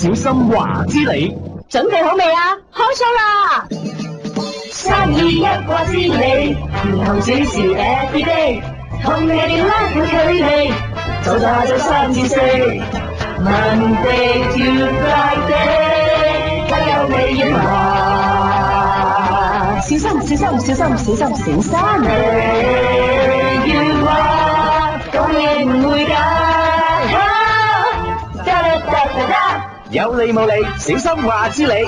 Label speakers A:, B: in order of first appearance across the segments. A: 小心話之你，
B: 準備好未啊？開 show 啦！
C: 三二一話之你，唔同小事 every day，同你哋拉近距離，早到下晝三至四，Monday to Friday，加油啊你英華，
B: 小心小心小心小心小心！
C: 你英華，講
B: 啊
C: 嘢唔會假，得得得得得。
A: 有理冇理，小心話之你。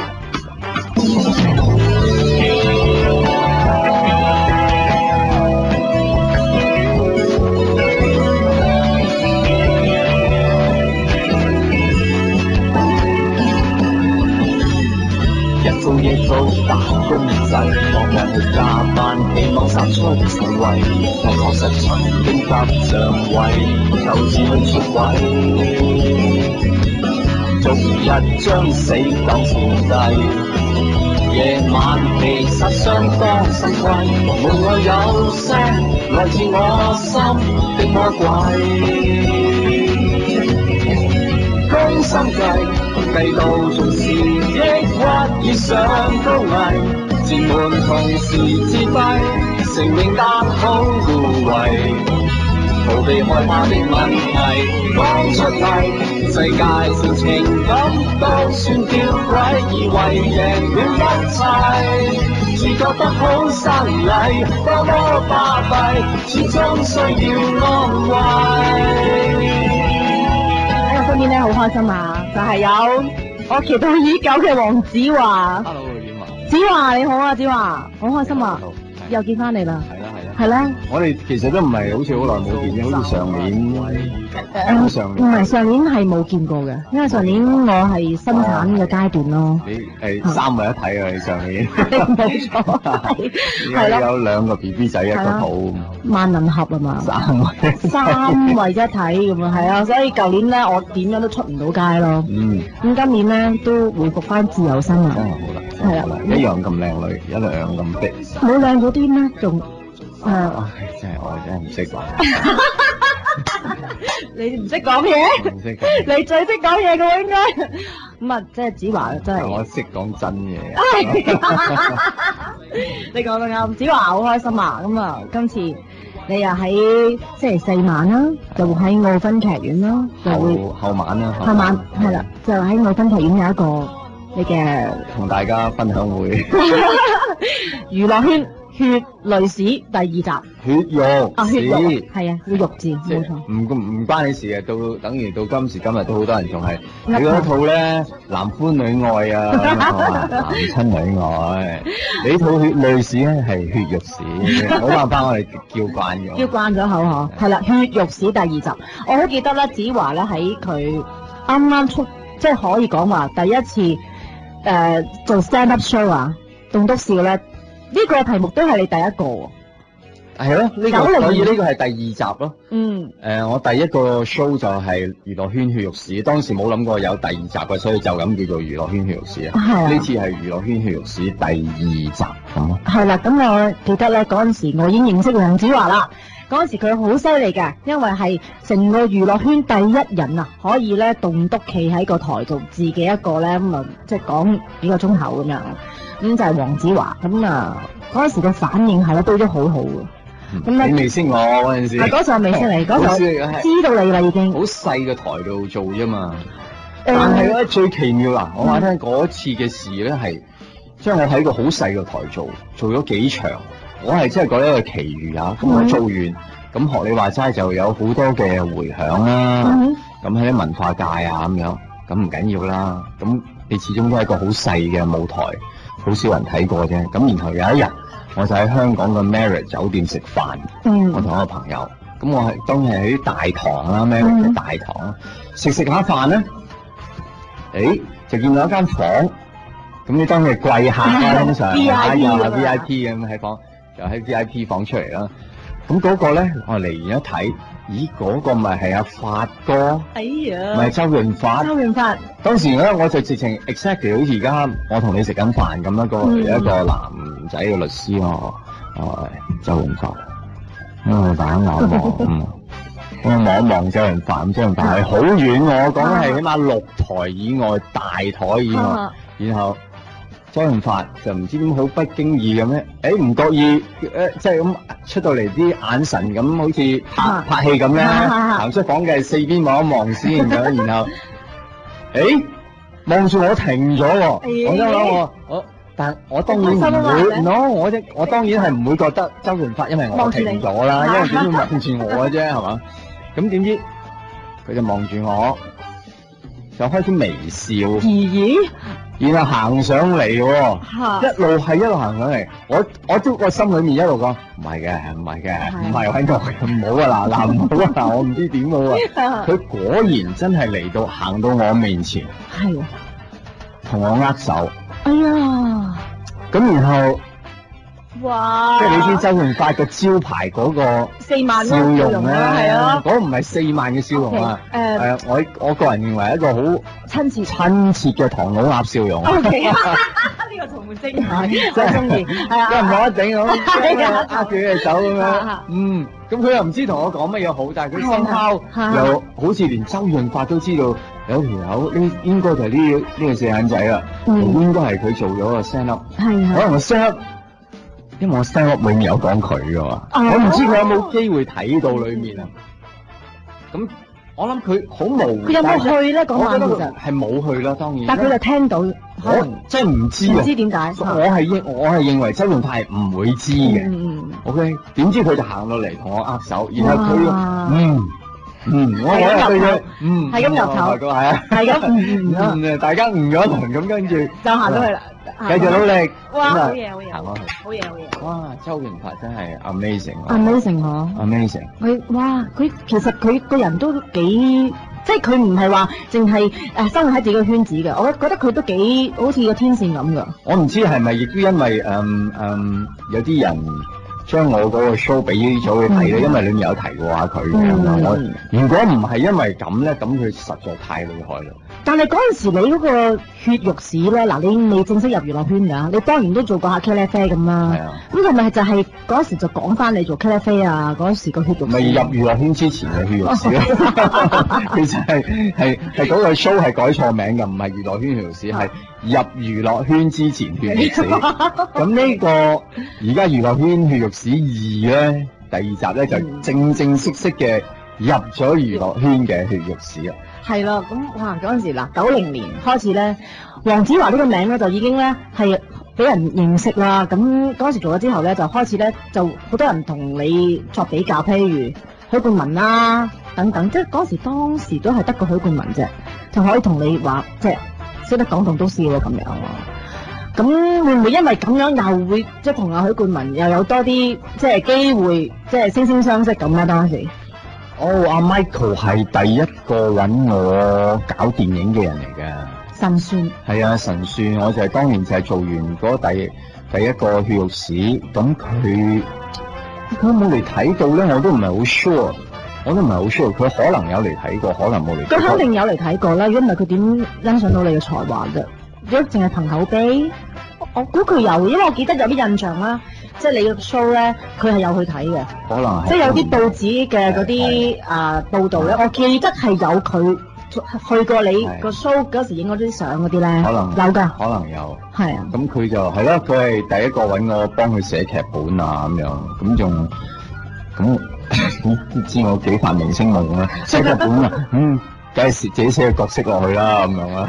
A: 日做夜做打工仔，忙日去加班，希望殺出世位。我確實曾經搭上位，有次去出位，逐日將死鬥放低。夜晚其實相當實貴，門外有聲來自我心的魔鬼。攻心計，地道仲是抑鬱與上高危，自滿同時自閉，成名但好互為。逃避害怕的問題，講出嚟，世界是情感都算吊詭，以為贏了一切，自覺得好生禮，多麼巴閉，始終需要安慰。
B: 喺我身邊咧好開心啊，就係有我期待已久嘅黃子華。
D: Hello，婉華。
B: 子華你好啊，子華，好開心啊，又見翻你啦，
D: 係啦係啦。
B: 係啦，
D: 我哋其實都唔係好似好耐冇見啫，好似上年
B: 誒
D: 上
B: 唔係上年係冇見過嘅，因為上年我係生產嘅階段 咯，
D: 你係三位一體啊！你上年
B: 冇錯，係
D: 而
B: 係
D: 家
B: 咯，
D: 有兩個 B B 仔一個肚，
B: 萬能俠啊嘛。
A: Dạ.
D: 三位。
B: 三位一體咁啊，係啊，所以舊年咧我點樣都出唔到街咯，
D: 嗯，
A: Ừ.
B: 咁今年咧都回復翻自由身
D: 真
B: 啦，
D: 係好啦，真
B: 係
D: 係
B: 啊
D: 好啦，一樣咁靚女，一樣咁的，
B: 冇靚咗啲咩？仲誒，
D: 唉，真係我真係唔識講，
B: 你唔識講嘢，
D: 唔識講。
B: 你最識講嘢嘅喎應該，咁啊，即係子華真 係。
D: 我識講真嘢啊，
B: 你講得啱，子華好開心啊！咁啊，今次你又喺星期四晚啦，就會喺奧芬劇院啦，就會
D: 後後晚啦，
B: 係晚係啦，就喺奧芬劇院有一個你嘅
D: 同大家分享會
B: 娛樂圈血淚史第二集啊，
D: 血肉
B: 血肉
D: 史
B: 係啊，要肉字
D: 即
B: 冇
D: 係
B: 錯，
D: 唔唔關你事嘅，到等於到今時今日都好多人仲係你
B: 甩
D: 嗰套咧男歡女愛啊，咁樣啊男親女愛，你套血淚史咧係血肉史，冇辦法我哋叫慣
B: 叫
D: 咗。
B: 慣咗口嗬，係啦，血肉史第二集，我好記得咧，子華咧喺佢啱啱出，即係可以講話第一次誒、呃做 stand up show 啊，棟篤笑咧，呢、個題目都係你第一個喎。
D: 係咯，呢
B: 九零
D: 個所以呢個係第二集咯。
B: 嗯，
D: 誒、呃我第一個 show 就係娛樂圈血肉史，當時冇諗過有第二集嘅，所以就咁叫做娛樂圈血肉史啊。呢
B: 係啊，
D: 次係娛樂圈血肉史第二集咁啊咯。
B: 係啦，咁我記得咧嗰陣時，我已經認識梁子華啦。嗰陣時佢好犀利嘅，因為係成個娛樂圈第一人啊，可以咧棟篤企喺個台度自己一個咧咁啊，即係講幾個鐘頭咁樣。咁就係黃子華咁啊，嗰陣時個反應係咧都都好好嘅。咁啊
D: 你未識我嗰陣時，
B: 係嗰時候未識你，嗰時
D: 好
B: 候
D: 似係
B: 知道你啦已經。
D: 好細嘅台度做啫嘛。但係
B: 誒
D: 咧最奇妙啦，我話聽嗰次嘅事咧係，即係我喺個好細嘅台做，做咗幾場，我係真係覺得一個奇遇啊！咁我
B: 嗯
D: 做完，咁學你話齋就有好多嘅回響啦，
B: 嗯
D: 咁喺文化界啊咁樣，咁唔緊要啦，咁你始終都係一個好細嘅舞台，好少人睇過啫。咁然後有一日，我就喺香港嘅 Marriott 酒店食飯。我
B: 嗯
D: 同一個朋友，咁我係當然係喺大堂啦，咩嘅
B: 嗯
D: 大堂啦，食食下飯咧，誒就見到一間房，咁你當佢係貴客 啦，通常
B: VIP
D: 哎呀
B: 咁啊
D: V I P 咁喺房，就喺 V I P 房出嚟啦。咁嗰個咧，我嚟完一睇，咦嗰、個咪係阿發哥，
B: 哎
D: 咪係
B: 呀，
D: 周潤發。
B: 周潤發，
D: 當時咧，我就直情 exactly 好似而家我同你食緊飯咁樣，個
B: 嗯
D: 有一個男仔嘅 律哦師我，我話周永發，咁我打眼望，嗯咁我望一望周潤發，咁周
B: 嗯
D: 潤發係好遠喎，我講緊係起碼六台以外、大台以外。
B: 啊
D: 然後周潤發就唔知點好不經意咁咧，誒唔覺意誒即係咁出到嚟啲眼神咁，好似拍
B: 啊
D: 拍戲咁咧，
B: 啊 啊啊
D: 行出房嘅四邊望一望先咁 樣，然後誒望住我停咗喎，
B: 咦
D: 我心諗我我。但我當然
B: 開
D: 唔
B: 心啊嘛係咪
D: 會，no，我一我當然係唔會覺得周潤發，因為我
B: 望住你
D: 停咗啦，因為點會望住我嘅啫，係嘛？咁點知佢就望住我，就開始微笑。
B: 咦
D: 然後行上嚟喎，
B: 吓
D: 一路係一路行上嚟，我我都個心裏面一路講，唔係嘅，唔係嘅，
B: 係
D: 唔係喺度嘅，唔好 啊嗱嗱，唔好啊嗱，我唔知點好啊！佢果然真係嚟到行到我面前，
B: 系喎，
D: 同我握手，
B: 哎呀，
D: 咁然後
B: 哇！
D: 即係你知周潤發個招牌嗰個
B: 四啊萬
D: 笑
B: 嗰個
D: 容咧，
B: 啦，係啊，
D: 嗰個唔係四萬嘅笑容啊，
B: 誒
D: 誒，我我個人認為一個好
B: 親切。
D: 親切嘅唐老鴨笑容。啊
B: O K，呢個同門精彩，我中意，係
D: 即係唔
B: 啊，
D: 攞頂 咁，
B: 係
D: 握
B: 啊
D: 住佢隻手咁樣
B: 啊，
D: 嗯，咁佢又唔知同我講乜嘢好，但係佢深敲
B: 係啊
D: 又好似連周潤發都知道有條友呢應該就係呢呢個四眼仔啦，
B: 嗯
D: 應該係佢做咗個 stand up，
B: 係
D: 可
B: 啊，
D: 能個 stand up。因為我 stand up 裏面有講佢嘅喎，
B: 哦
D: 我唔知佢有冇機會睇到裏面啊。咁我諗佢好模糊，
B: 佢有
D: 但
B: 冇
D: 係
B: 去咧嗰
D: 我覺
B: 晚
D: 得
B: 其
D: 佢
B: 實？
D: 係冇去啦，當然。
B: 但佢就聽到，可
D: 我
B: 能
D: 真係唔知
B: 唔
D: 啊。
B: 知點解。
D: 我係認我係認為周潤發係唔會知嘅。
B: 嗯嗯
D: OK，點知佢就行落嚟同我握手，然後佢
B: 哇
D: 嗯嗯，我我
B: 係咁
D: 又對
B: 入
D: 佢
B: 頭
D: 嗯
B: 係咁入頭
D: 係啊，
B: 係咁，嗯嗯嗯，
D: 嗯大家誤咗一輪咁，跟住
B: 就行咗去啦。
D: 繼
B: dạ.
D: 續努力，
B: 哇！
D: 咁啊
B: 好嘢，好嘢，
D: 行落去。
B: 好嘢，好嘢。
D: 哇！周潤發真係 amazing 啊
B: Amazing 嗬！
D: amazing，
B: 佢哇，佢其實佢個人都幾，即係佢唔係話淨係誒生活喺自己嘅圈子嘅，我覺得佢都幾好似個天線咁噶。
D: 我唔知係咪亦都因為嗯嗯有啲人將我嗰個 show 俾咗佢睇咧，
B: 嗯
D: 因為裡面有提過下佢嘅。我
B: 嗯，
D: 如果唔係因為咁咧，咁佢實在太厲害啦。
B: 但係嗰陣時你嗰個血肉史咧，嗱你未正式入娛樂圈㗎，你當然都做過下茄喱啡咁啦
D: 係。啊。
B: 咁係咪就係嗰時就講翻你做茄喱啡啊？嗰時個血肉史
D: 咪入娛樂圈之前嘅血肉史咯， 其實係係係嗰個 show 係改錯名嘅，唔係娛樂圈血肉史，係入娛樂圈之前血肉史。咁呢個而家娛樂圈血肉史二咧，第二集咧就
B: 嗯
D: 正正式式嘅入咗娛樂圈嘅血肉史啊啦。
B: 係啦，咁哇嗰陣時嗱，九零年開始咧，黃子華呢個名咧就已經咧係俾人認識啦。咁嗰陣時做咗之後咧，就開始咧就好多人同你作比較，譬如許冠文啦、等等，即係嗰陣時當時都係得個許冠文啫，就可以同你話即係識得講棟都市喎咁樣喎。咁會唔會因為咁樣又會即係同阿許冠文又有多啲即係機會，即係惺惺相惜咁咧？當時
D: 哦，阿 Michael 係第一個揾我搞電影嘅人嚟嘅。
B: 心酸，
D: 係啊，神算我就係當年就係做完嗰第第一個血肉史，咁佢佢有冇嚟睇到咧？我都唔係好 sure，我都唔係好 sure，佢可能有嚟睇過，可能冇嚟
B: 佢
D: 睇
B: 肯
D: 過。
B: 定有嚟睇過啦。如果唔係，佢點欣賞到你嘅才華啫？如果淨係憑口碑，
D: 哦
B: 我我估佢有，因為我記得有啲印象啦。即係你嘅 show 咧，佢係有去睇嘅，
D: 可能係
B: 即係有啲報紙嘅嗰啲啊報導咧，我記得係有佢去過你個 show 嗰時影嗰啲相嗰啲咧，
D: 可能
B: 有㗎，
D: 可能有。
B: 係啊，
D: 咁佢就係咯，佢係第一個揾我幫佢寫劇本啊咁樣，咁仲咁你知我幾發明星夢啦，寫劇本啊，嗯，梗係自己寫個角色落去啦咁樣啦。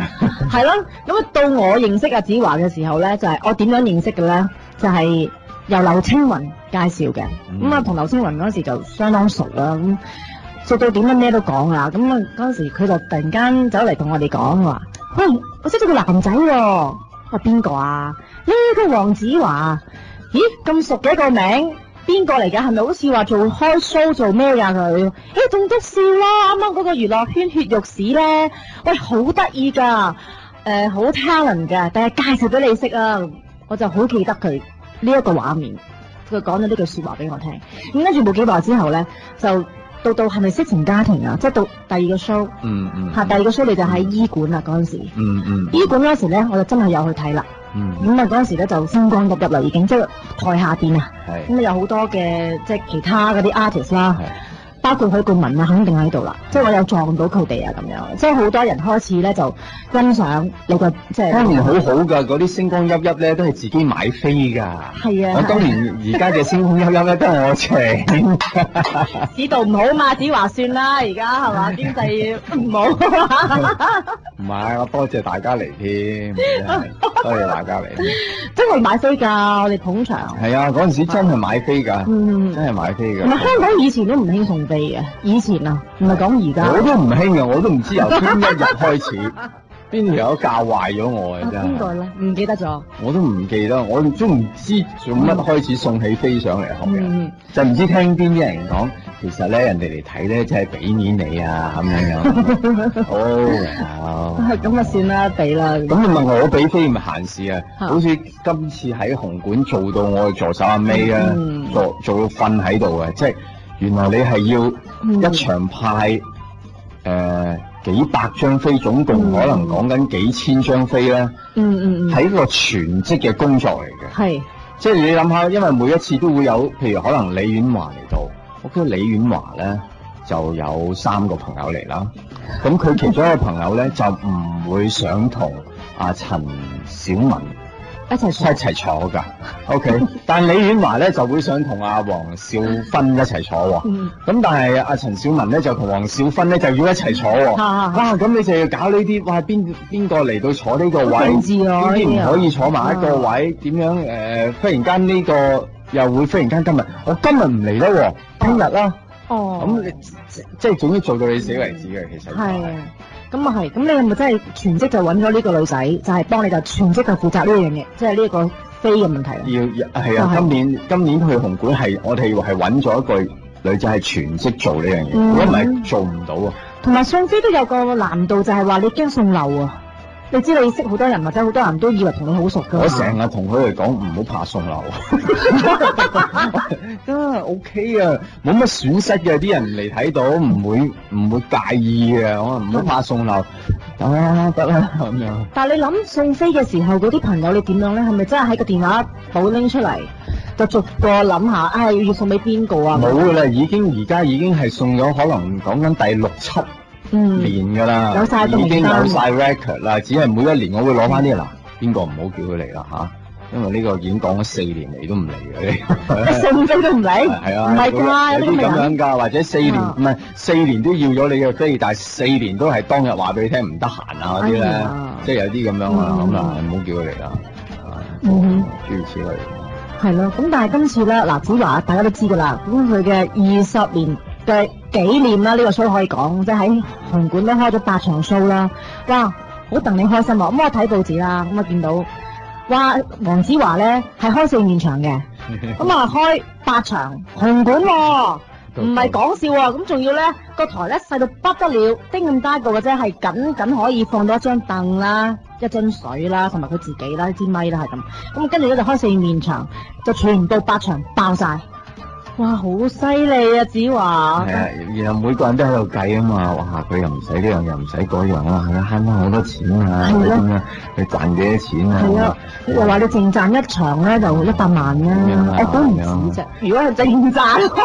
B: 係咯。咁啊，到我認識阿子華嘅時候咧，就係、我點樣認識嘅咧，就係、由劉青雲介紹嘅。
D: 嗯
B: 咁啊，同劉青雲嗰時就相當熟啦。咁熟到點樣咩都講啦。咁啊，嗰時佢就突然間走嚟同我哋講話：，喂，我識咗個男仔喎、我話邊個啊？呢、個黃子華。咦，咁熟嘅一個名，邊個嚟㗎？係咪好似話做開 show 做咩㗎佢？咦，仲得笑啊啦！啱啱嗰個娛樂圈血肉史咧，喂，好得意㗎，誒，呃好 talent 㗎，但係介紹俾你識啊！我就好記得佢呢一個畫面。佢講咗呢句説話俾我聽。咁跟住冇幾耐之後咧，就到到係咪色情家庭啊？即係到第二個 show
D: 嗯嗯
B: 嚇，第二個 show 你就喺醫館啦嗰陣時。
D: 嗯嗯
B: 醫館嗰陣時咧，我就真係有去睇啦。
D: 嗯，
B: 咁啊嗰陣時咧就星光熠熠啦，已經即係台下邊啊。
D: 係
B: 咁啊有好多嘅即係其他嗰啲 artist 啦。
D: 係。
B: 包括許冠文啊，肯定喺度啦。即係我有撞到佢哋啊，咁樣。即係好多人開始咧就欣賞你個即係
D: 當年好好㗎，嗰啲星光熠熠咧都係自己買 飛㗎。
B: 係
D: 我
B: 啊，
D: 當年而家嘅星光熠熠咧都係我請，
B: 市道唔好嘛，子華算啦，而家係 嘛經濟唔好。
D: 唔係我多謝大家嚟 添，真係多謝大家嚟。
B: 真係買飛㗎，我哋捧場。
D: 係啊，嗰陣時真係買飛㗎，
B: 嗯，
D: 真係買飛
B: 同埋
D: 㗎。
B: 香港以前都唔興送飛嘅，以前啊，唔係講而
D: 我
B: 家。
D: 都唔興啊，我都唔知由邊一日開始，邊條友教壞咗我啊！
B: 啊
D: 真
B: 邊
D: 係，啊
B: 個咧？唔記得咗。
D: 我都唔記得，我都唔知做乜開始送起飛上嚟學嘅。
B: 嗯，
D: 就唔知聽邊啲人講，其實咧人哋嚟睇咧，真係俾面你啊咁樣樣。 哦，
B: 咁啊算啦，俾啦。
D: 咁你問我俾飛咪閒事啊？
B: 嚇
D: 好似今次喺紅館做到我嘅助手阿 May 啊
B: 嗯，
D: 做做到瞓喺度啊！即係原來你係
B: 嗯
D: 要一場派誒、呃、幾百張飛，總共可能講緊幾千張飛咧，
B: 嗯嗯嗯，
D: 係一個全職嘅工作嚟嘅。
B: 係
D: 即係你諗下，因為每一次都會有，譬如可能李婉華嚟到，我記得李婉華咧就有三個朋友嚟啦。咁佢其中一個朋友咧就唔會想同阿陳小文
B: 一齊
D: 一齊坐㗎。OK，但李婉華咧就會想同阿黃少芬一齊坐喎。
B: 嗯，
D: 咁但係阿陳小文咧就同黃少芬咧就要一齊坐
B: 嚇
D: 喎。
B: 嚇
D: 哇！咁你就要搞呢啲，哇！邊邊個嚟到坐呢個位？
B: 政治啊
D: 邊
B: 呢啲
D: 啲
B: 啊
D: 唔可以坐埋一個位？點樣誒、呃忽然間呢、個又會忽然間今日，我今日唔嚟啦喎，聽日啦。
B: 哦。
D: 咁、你即即係總之做到你死為止嘅，其實就係、
B: 係啊，咁啊係，咁你係咪真係全職就揾咗呢個女仔，就係、幫你就全職就負責呢樣嘢，即係呢個飛嘅問題啦。
D: 要係啊！
B: 就係
D: 今年今年去紅館係我哋係揾咗一個女仔係全職做呢樣嘢，
B: 嗯
D: 如果唔係做唔到啊！
B: 同埋送飛都有個難度，就係話你驚送漏啊！你知你識好多人，或者好多人都以為同你好熟㗎嘛。
D: 我成日同佢哋講唔好怕 送樓，啊 OK 啊，冇乜損失嘅，啲人嚟睇到唔會唔會介意嘅，我話唔好怕送樓，得啦得啦咁樣。
B: 但係你諗送飛嘅時候，嗰啲朋友你點樣咧？係咪真係喺個電話簿拎出嚟，就逐個諗下，唉、要送俾邊個啊？
D: 冇噶啦，已經而家已經係送咗，可能講緊第六七
B: 嗯，
D: 年噶啦，
B: 有晒個名
D: 已經
B: 單
D: 有晒 record 啦。只係每一年我會攞翻啲嗱，邊個唔好叫佢嚟啦嚇，因為呢個已經講咗四年嚟都唔嚟嘅。
B: 送飛都唔嚟，
D: 係啊，
B: 唔係啩？
D: 有
B: 呢
D: 啲
B: 個
D: 咁
B: 名
D: 樣㗎，或者四年
B: 啊
D: 唔係四年都要咗你嘅飛，但係四年都係當日話俾你聽唔得閒啊嗰啲
B: 哎
D: 咧
B: 呀，
D: 即係有啲咁樣啊，
B: 嗯
D: 咁啊唔好叫佢嚟啦，啊
B: 嗯哼
D: 諸如此類。
B: 係咯，咁但係今次咧，嗱，子華大家都知㗎啦，咁佢嘅二十年嘅紀念啦，呢、個 show 可以講，即係喺紅館都開咗八場 show 啦，哇，好戥你開心喎！咁我睇報紙啦，咁啊見到，哇，黃子華咧係開四面場嘅，咁啊開八場紅館喎、唔係講笑喎，咁仲要咧個台咧細到不得了，丁咁大個嘅啫，係僅僅可以放到一張凳啦、一樽水啦，同埋佢自己啦、一支咪啦，係咁。咁跟住咧就開四面場，就全部八場爆晒。哇！好犀利啊，子華
D: 係！啊，然後每個人都喺度計啊嘛，哇！佢又唔使呢樣，又唔使嗰樣啦，係啊慳翻好多錢啊，
B: 係咯
D: 咁啊，佢賺幾多錢啊？
B: 係
D: 咁
B: 啊
D: 啊，
B: 又話你淨賺一場咧就一百萬啦
D: 咁樣啊，
B: 我估唔
D: 咁樣
B: 止啫。如果係淨賺嘅